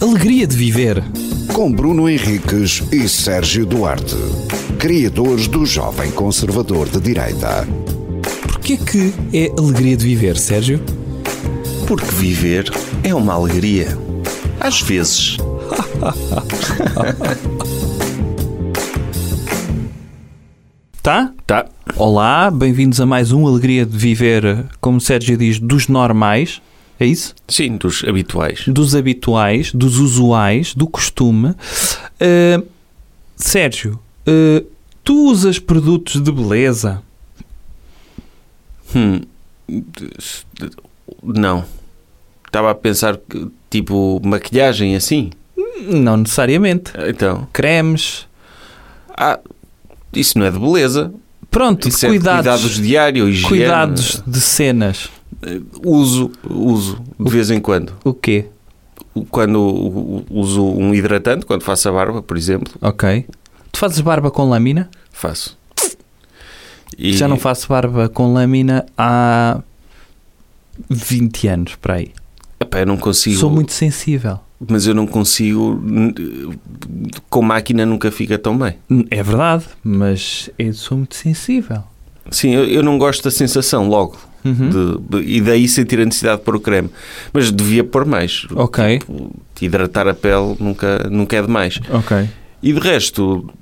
alegria de viver. Com Bruno Henriques e Sérgio Duarte, criadores do Jovem Conservador de Direita. Porquê que é alegria de viver, Sérgio? Porque viver é uma alegria. Às vezes. Tá? Tá. Olá, bem-vindos a mais um Alegria de Viver, como o Sérgio diz, dos normais. É isso? Sim, dos habituais. Dos habituais, dos usuais, do costume. Ah, Sérgio, ah, tu usas produtos de beleza? Hum. Não. Estava a pensar que, tipo maquilhagem assim. Não necessariamente. Então, Cremes. ah, isso não é de beleza. Pronto, Isso é de cuidados. cuidados diários, higiene. cuidados de cenas. Uso, uso de vez em quando. O quê? Quando u- u- uso um hidratante, quando faço a barba, por exemplo, Ok. Tu fazes barba com lâmina? faço. E Já não faço barba com lâmina há 20 anos, para aí. Epá, eu não consigo. Sou muito sensível. Mas eu não consigo. n- Com máquina nunca fica tão bem. É verdade, mas eu sou muito sensível. Sim, eu, eu não gosto da sensação logo. Uhum. de- de- e daí sentir a necessidade de pôr o creme. Mas devia pôr mais. Ok, Tipo, hidratar a pele nunca, nunca é demais. ok, E de resto,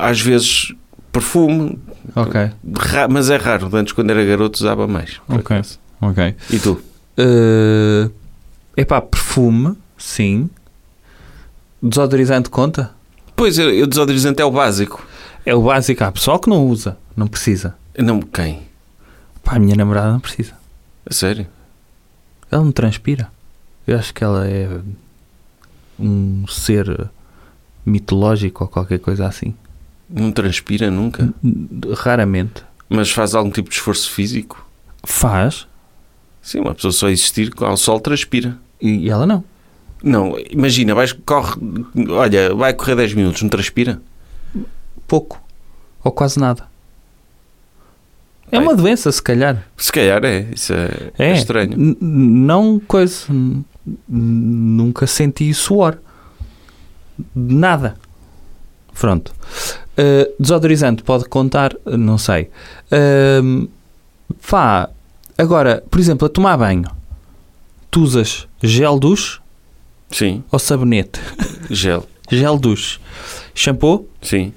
às vezes perfume, ok, ra- mas é raro. Antes, quando era garoto, usava mais. por Ok. acaso. ok. E tu? Eh, epá, perfume, sim. Desodorizante conta? Pois, eu, eu desodorizante é o básico. É o básico. Há pessoal que não usa, não precisa. Não, quem? Pá, a minha namorada não precisa. A sério? Ela não transpira. Eu acho que ela é um ser mitológico ou qualquer coisa assim. Não transpira nunca. Raramente. Mas faz algum tipo de esforço físico? Faz Sim, uma pessoa só existir ao sol transpira. e ela não. Não, imagina, vais, corre, olha, vai correr 10 minutos, não transpira? Pouco. Ou quase nada. É Bem. uma doença, se calhar. Se calhar é, isso é, é estranho. N- n- Não coisa. n- Nunca senti suor. Nada. Pronto. Uh, desodorizante pode contar? Eh, Não sei. Uh, pá, agora, por exemplo, a tomar banho. Tu usas gel duche Sim, ou sabonete? gel. Gel duche. Shampoo Sim,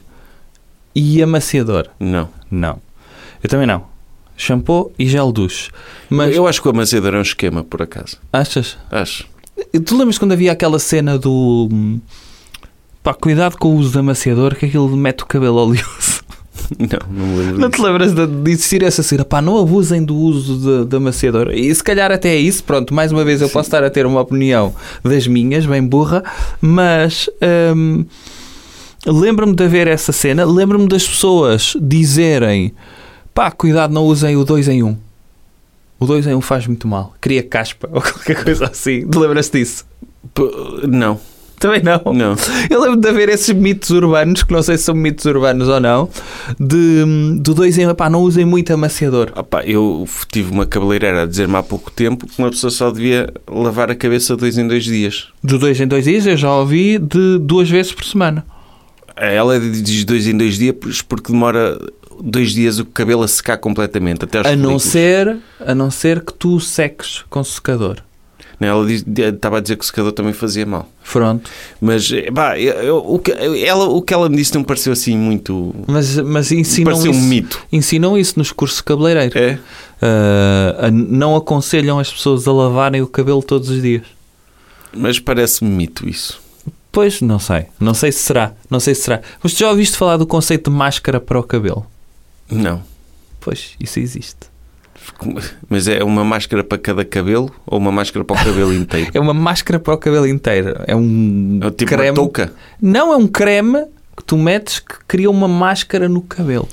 e amaciador. não. Não. Eu também não. Shampoo e gel duche. Mas Eu acho que o amaciador é um esquema, por acaso. achas? Acho. Tu lembras quando havia aquela cena do. hum, Pá, cuidado com o uso de amaciador que aquilo mete o cabelo oleoso. Não, não me lembro Não disso. te lembras de, de existir essa cena? Pá, não abusem do uso de, de amaciador. E se calhar até é isso, pronto, mais uma vez eu posso estar a ter uma opinião das minhas, bem burra, mas hum, lembro-me de haver essa cena, lembro-me das pessoas dizerem pá, cuidado, não usem o 2 em 1. Um. O 2 em 1 um faz muito mal. Cria caspa ou qualquer coisa assim. Te lembras disso? P- Não, Também não. não. Eu lembro de haver esses mitos urbanos, que não sei se são mitos urbanos ou não, de, hum, do 2 em 1, pá, não usem muito amaciador. Ah pá, eu f- tive uma cabeleireira a dizer-me há pouco tempo que uma pessoa só devia lavar a cabeça dois em dois dias. De dois em dois dias eu já ouvi de duas vezes por semana. Ela diz dois em dois dias pois, porque demora dois dias o cabelo a secar completamente. Até aos A não, folículos. ser, a não ser que tu seques com secador. Não, Ela diz- estava a dizer que o secador também fazia mal. Pronto. Mas, eh, pá, eu- eu- o, que, ela, o que ela me disse não pareceu assim muito. Mas, mas ensinam pareceu isso. um mito. Ensinam isso nos cursos de cabeleireiro. É? Ah, a- não aconselham as pessoas a lavarem o cabelo todos os dias. Mas parece-me mito isso. Pois, não sei. Não sei se será. Não sei se será. Mas tu já ouviste falar do conceito de máscara para o cabelo? Não. Pois, isso existe. Mas é uma máscara para cada cabelo ou uma máscara para o cabelo inteiro? É uma máscara para o cabelo inteiro. É um É tipo creme. uma touca? Não, é um creme que tu metes que cria uma máscara no cabelo.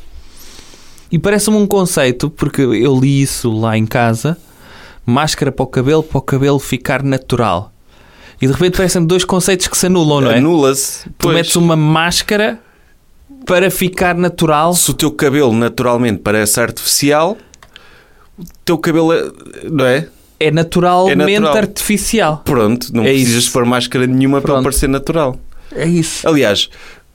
E parece-me um conceito, porque eu li isso lá em casa: máscara para o cabelo, para o cabelo ficar natural. E de repente parecem dois conceitos que se anulam, não é? Anula-se. tu Pois. metes um uma máscara para ficar natural. Se o teu cabelo naturalmente parece artificial, o teu cabelo é. Não é? é naturalmente natural. artificial. Pronto, não É isso. precisas pôr máscara nenhuma para Pronto. ele parecer natural. É isso. Aliás,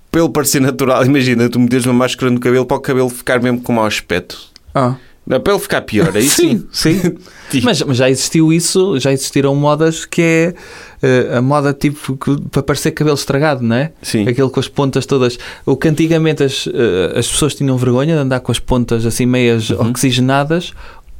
para ele parecer natural, imagina, tu meteres uma máscara no cabelo para o cabelo ficar mesmo com mau aspecto. Ah. Não, para ele ficar pior, aí sim. sim. Tipo, Mas, mas já existiu isso, já existiram modas que é eh, a moda tipo que- para parecer cabelo estragado, não é? Sim. Aquele com as pontas todas. O que antigamente as, eh, as pessoas tinham vergonha de andar com as pontas assim meias Uhum. oxigenadas.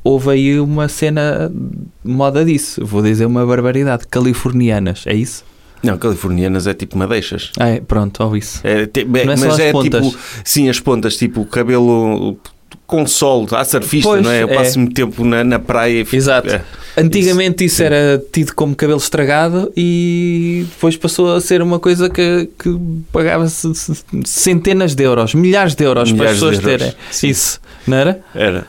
Houve aí uma cena de moda disso. Vou dizer uma barbaridade. Californianas, é isso? Não, californianas é tipo madeixas. Ah, é, pronto, ouvi isso. É, te- é, Não é mas só as é pontas. tipo, sim, as pontas, tipo o cabelo com sol, há surfista, Pois, não é? Eu é. passo muito tempo na, na praia e fico- Exato. é. Antigamente isso, era tido como cabelo estragado e depois passou a ser uma coisa que, que pagava-se centenas de euros, milhares de euros Milhares de para as pessoas euros, terem. sim. Isso, não era? Era.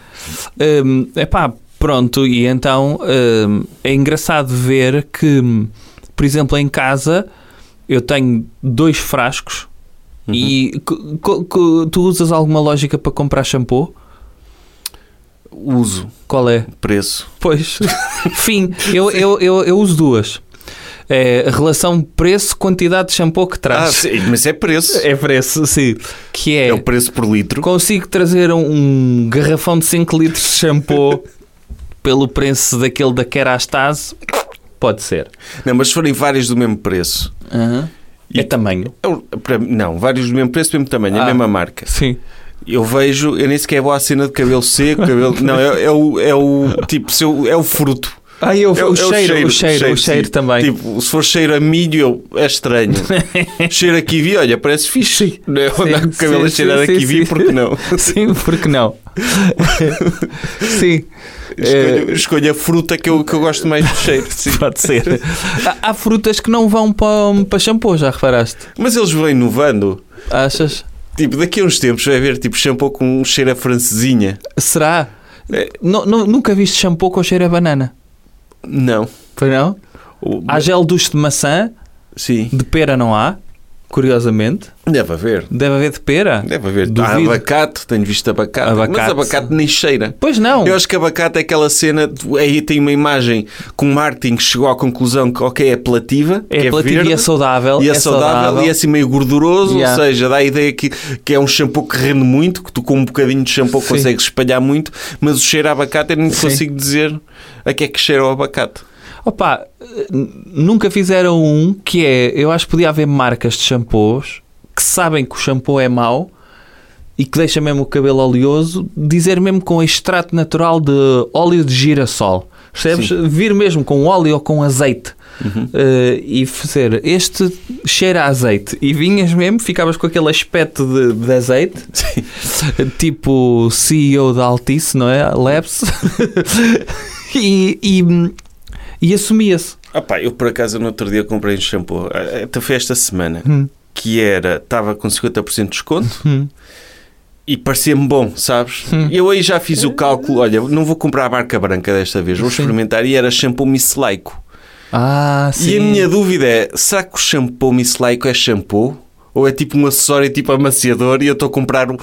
Hum, epá, pronto, e então hum, é engraçado ver que, hum, por exemplo, em casa eu tenho dois frascos Uhum. e co- co- co- tu usas alguma lógica para comprar shampoo? Uso, Qual é? preço. Pois. Fim. Eu, eu, eu, eu uso duas. É, relação preço-quantidade de shampoo que Ah, traz. sim, mas é preço. É, é preço, sim. Que é, o preço por litro. consigo trazer um, um garrafão de 5 litros de shampoo pelo preço daquele da Kerastase? Pode ser. Não, mas se forem vários do mesmo preço. É tamanho. Eu- para- não, vários do mesmo preço, mesmo tamanho, é Ah. a mesma marca. Sim. Eu vejo, eu nem sequer vou à cena de cabelo seco, cabelo. Não, é, é o, é o tipo, se eu- é o fruto. Ah, eu, É o, cheiro, o cheiro, o cheiro, sim. também. Tipo, se for cheiro a milho, eu- é estranho. cheiro a kiwi, olha, parece fixe. Sim. Não é? Sim, Andar com o cabelo a sim, cheirar a sim, kiwi, sim. porque não? Sim, porque não? sim. É, Escolha, escolha a fruta que eu, que eu gosto mais do cheiro. sim. Pode ser. Há, há frutas que não vão para, um, para shampoo, já reparaste? Mas eles vão inovando. Achas? Tipo, daqui a uns tempos vai haver tipo shampoo com um cheiro a francesinha. Será? É. Nu- nu- nunca viste shampoo com cheiro a banana? Não. Pois não? O- Há gel duche de maçã, Sim. de pera não há, curiosamente. Deve haver. Deve haver de pera? Deve haver. Há Duvido. abacate, tenho visto abacate. Mas Abacate. abacate nem cheira. Pois não. Eu acho que abacate é aquela cena. de- Aí tem uma imagem com Martin que chegou à conclusão que, ok, é apelativa. É que apelativo verde, e é saudável. e é saudável, e é assim meio gorduroso, Yeah. ou seja, dá a ideia que, que é um shampoo que rende muito, que tu com um bocadinho de shampoo Sim. consegues espalhar muito, mas o cheiro a abacate eu nem Sim. consigo dizer a que é que cheira o abacate. Opa, n- nunca fizeram um que é. Eu acho que podia haver marcas de shampoos que sabem que o shampoo é mau e que deixa mesmo o cabelo oleoso, dizer mesmo com extrato natural de óleo de girassol. Percebes? Vir mesmo com óleo ou com azeite eh, e fazer este cheira a azeite. E vinhas mesmo, ficavas com aquele aspecto de, de azeite, tipo CEO da Altice, não é? Labs. e, e, e assumia-se. Ah pá, eu por acaso no outro dia comprei um shampoo, eh, até foi esta semana, Hum. que era, estava com 50% de desconto e parecia-me bom, sabes? Eu aí já fiz o cálculo, olha, não vou comprar a barca branca desta vez, vou Sim. experimentar e era shampoo micelaico. Ah, sim. E a minha dúvida é, será que o shampoo micelaico é shampoo? Ou é tipo um acessório tipo amaciador e eu estou a comprar um-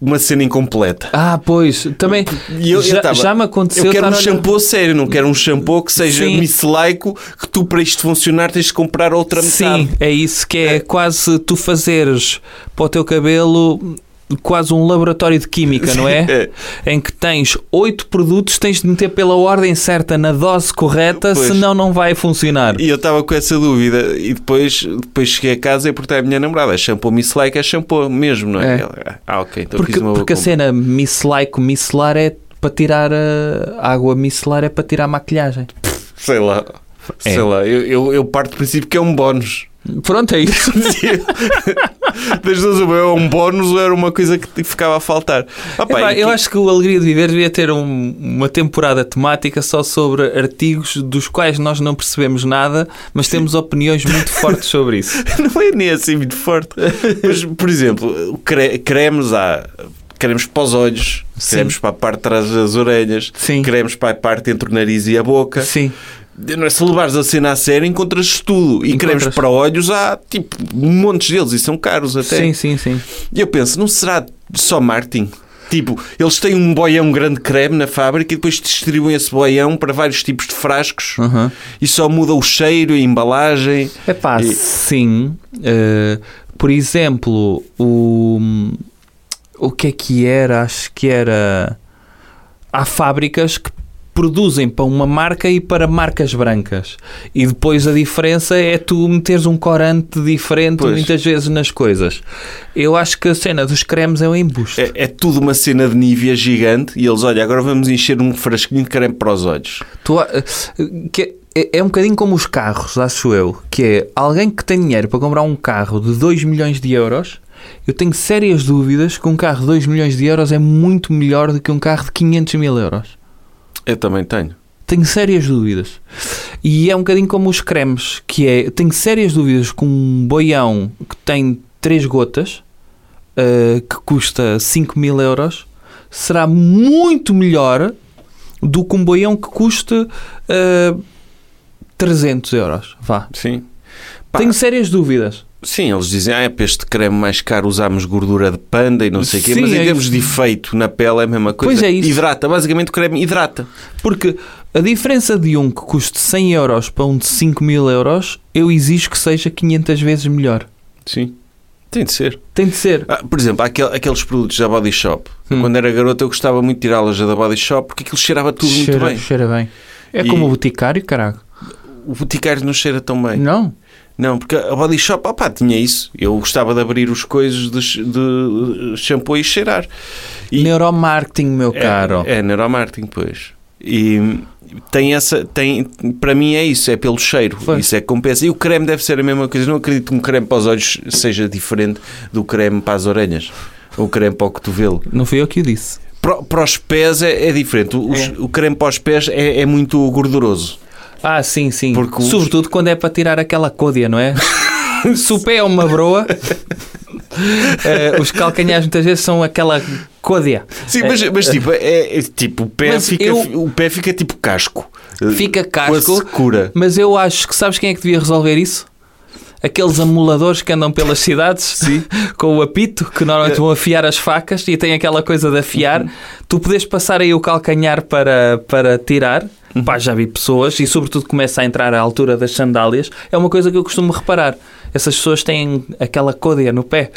uma cena incompleta? Ah, pois, também. E eu, eu já, tava, já me aconteceu. Eu quero um estar a olhar- shampoo sério, não quero um shampoo que seja Sim. micelaico, que tu para isto funcionar tens de comprar outra metade. Sim, é isso que é quase tu fazeres para o teu cabelo quase um laboratório de química, não é? É. Em que tens oito produtos, tens de meter pela ordem certa, na dose correta, Pois. senão não vai funcionar. E eu estava com essa dúvida e depois, depois cheguei a casa e perguntei à minha namorada, é shampoo micelaico é shampoo mesmo, não é? É. Ela, ah, ok, então porque fiz uma boa porque assim a compra." cena micelaico, micelar é para tirar a a água micelar, é para tirar a maquilhagem. Sei lá, É. sei lá, eu, eu, eu parto do princípio que é um bónus. Pronto, é isso. Das duas, ou é um bónus ou era uma coisa que te ficava a faltar. Ah, pá, Epá, e eu que- acho que o Alegria de Viver devia ter um- uma temporada temática só sobre artigos dos quais nós não percebemos nada, mas temos opiniões muito fortes sobre isso. não é nem assim muito forte. Mas, por exemplo, o cre- cremes há. Cremes para os olhos, Sim. cremes para a parte de trás das orelhas, Sim. cremes para a parte entre o nariz e a boca. Sim. Não é, se levares a cena a sério, encontras tudo. E Encontras. cremes para olhos há, tipo, montes deles e são caros até. Sim, sim, sim. E eu penso, não será só marketing? Tipo, eles têm um boião grande creme na fábrica e depois distribuem esse boião para vários tipos de frascos Uhum. e só muda o cheiro e a embalagem. É pá, E- sim. Eh, por exemplo, o. O que é que era? Acho que era. Há fábricas que produzem para uma marca e para marcas brancas. E depois a diferença é tu meteres um corante diferente Pois. muitas vezes nas coisas. Eu acho que a cena dos cremes é um embuste. É, é tudo uma cena de nívea gigante e eles, olha, agora vamos encher um frasquinho de creme para os olhos. Tu, ah, que é, é um bocadinho como os carros, acho eu, que é alguém que tem dinheiro para comprar um carro de 2 milhões de euros, eu tenho sérias dúvidas que um carro de 2 milhões de euros é muito melhor do que um carro de 500 mil euros. Eu também tenho. Tenho sérias dúvidas. E é um bocadinho como os cremes, que é, tenho sérias dúvidas com um boião que tem 3 gotas, ah, que custa 5 mil euros, será muito melhor do que um boião que custe ah, 300 euros. Vá. Sim. Pá. Tenho sérias dúvidas. Sim, eles dizem, ah, é para este creme mais caro usámos gordura de panda e não sei o quê, Sim, mas em é termos isso. de efeito na pele é a mesma Pois coisa. é isso. Hidrata, basicamente o creme hidrata. Porque a diferença de um que custe 100 euros para um de 5 mil euros, eu exijo que seja 500 vezes melhor. Sim. Tem de ser. Tem de ser. Ah, por exemplo, há aquel- aqueles produtos da Body Shop. Hum. Quando era garota eu gostava muito de ir à loja da Body Shop porque aquilo cheirava tudo cheira, muito bem. cheira bem. É E- como o boticário, caralho. O boticário não cheira tão bem. Não? Não, porque a Body Shop, opá, tinha isso. Eu gostava de abrir os coisas de, ch- de shampoo e cheirar. E- Neuromarketing, meu caro. É, é neuromarketing, pois. E tem essa, tem, para mim é isso, é pelo cheiro, Foi. isso é que compensa. E o creme deve ser a mesma coisa. Não acredito que um creme para os olhos seja diferente do creme para as orelhas. O creme para o cotovelo. Não fui eu que o disse. Para, para os pés é, é diferente. Os- O creme para os pés é, é muito gorduroso. Ah, sim, sim. Porque os- Sobretudo quando é para tirar aquela côdea, não é? Se o pé é uma broa, eh, os calcanhares muitas vezes são aquela Eh, côdea. Sim, mas, mas tipo, é, é tipo o, pé Mas fica, eu- o pé fica tipo casco. Fica Com a casco. secura. Mas eu acho que sabes quem é que devia resolver isso? Aqueles amuladores que andam pelas cidades com o apito, que normalmente vão afiar as facas e tem aquela coisa de afiar. Uhum. Tu podes passar aí o calcanhar para, para tirar. Uhum. Pá, já vi pessoas e, sobretudo, começa a entrar à altura das sandálias. É uma coisa que eu costumo reparar. Essas pessoas têm aquela côdea no pé.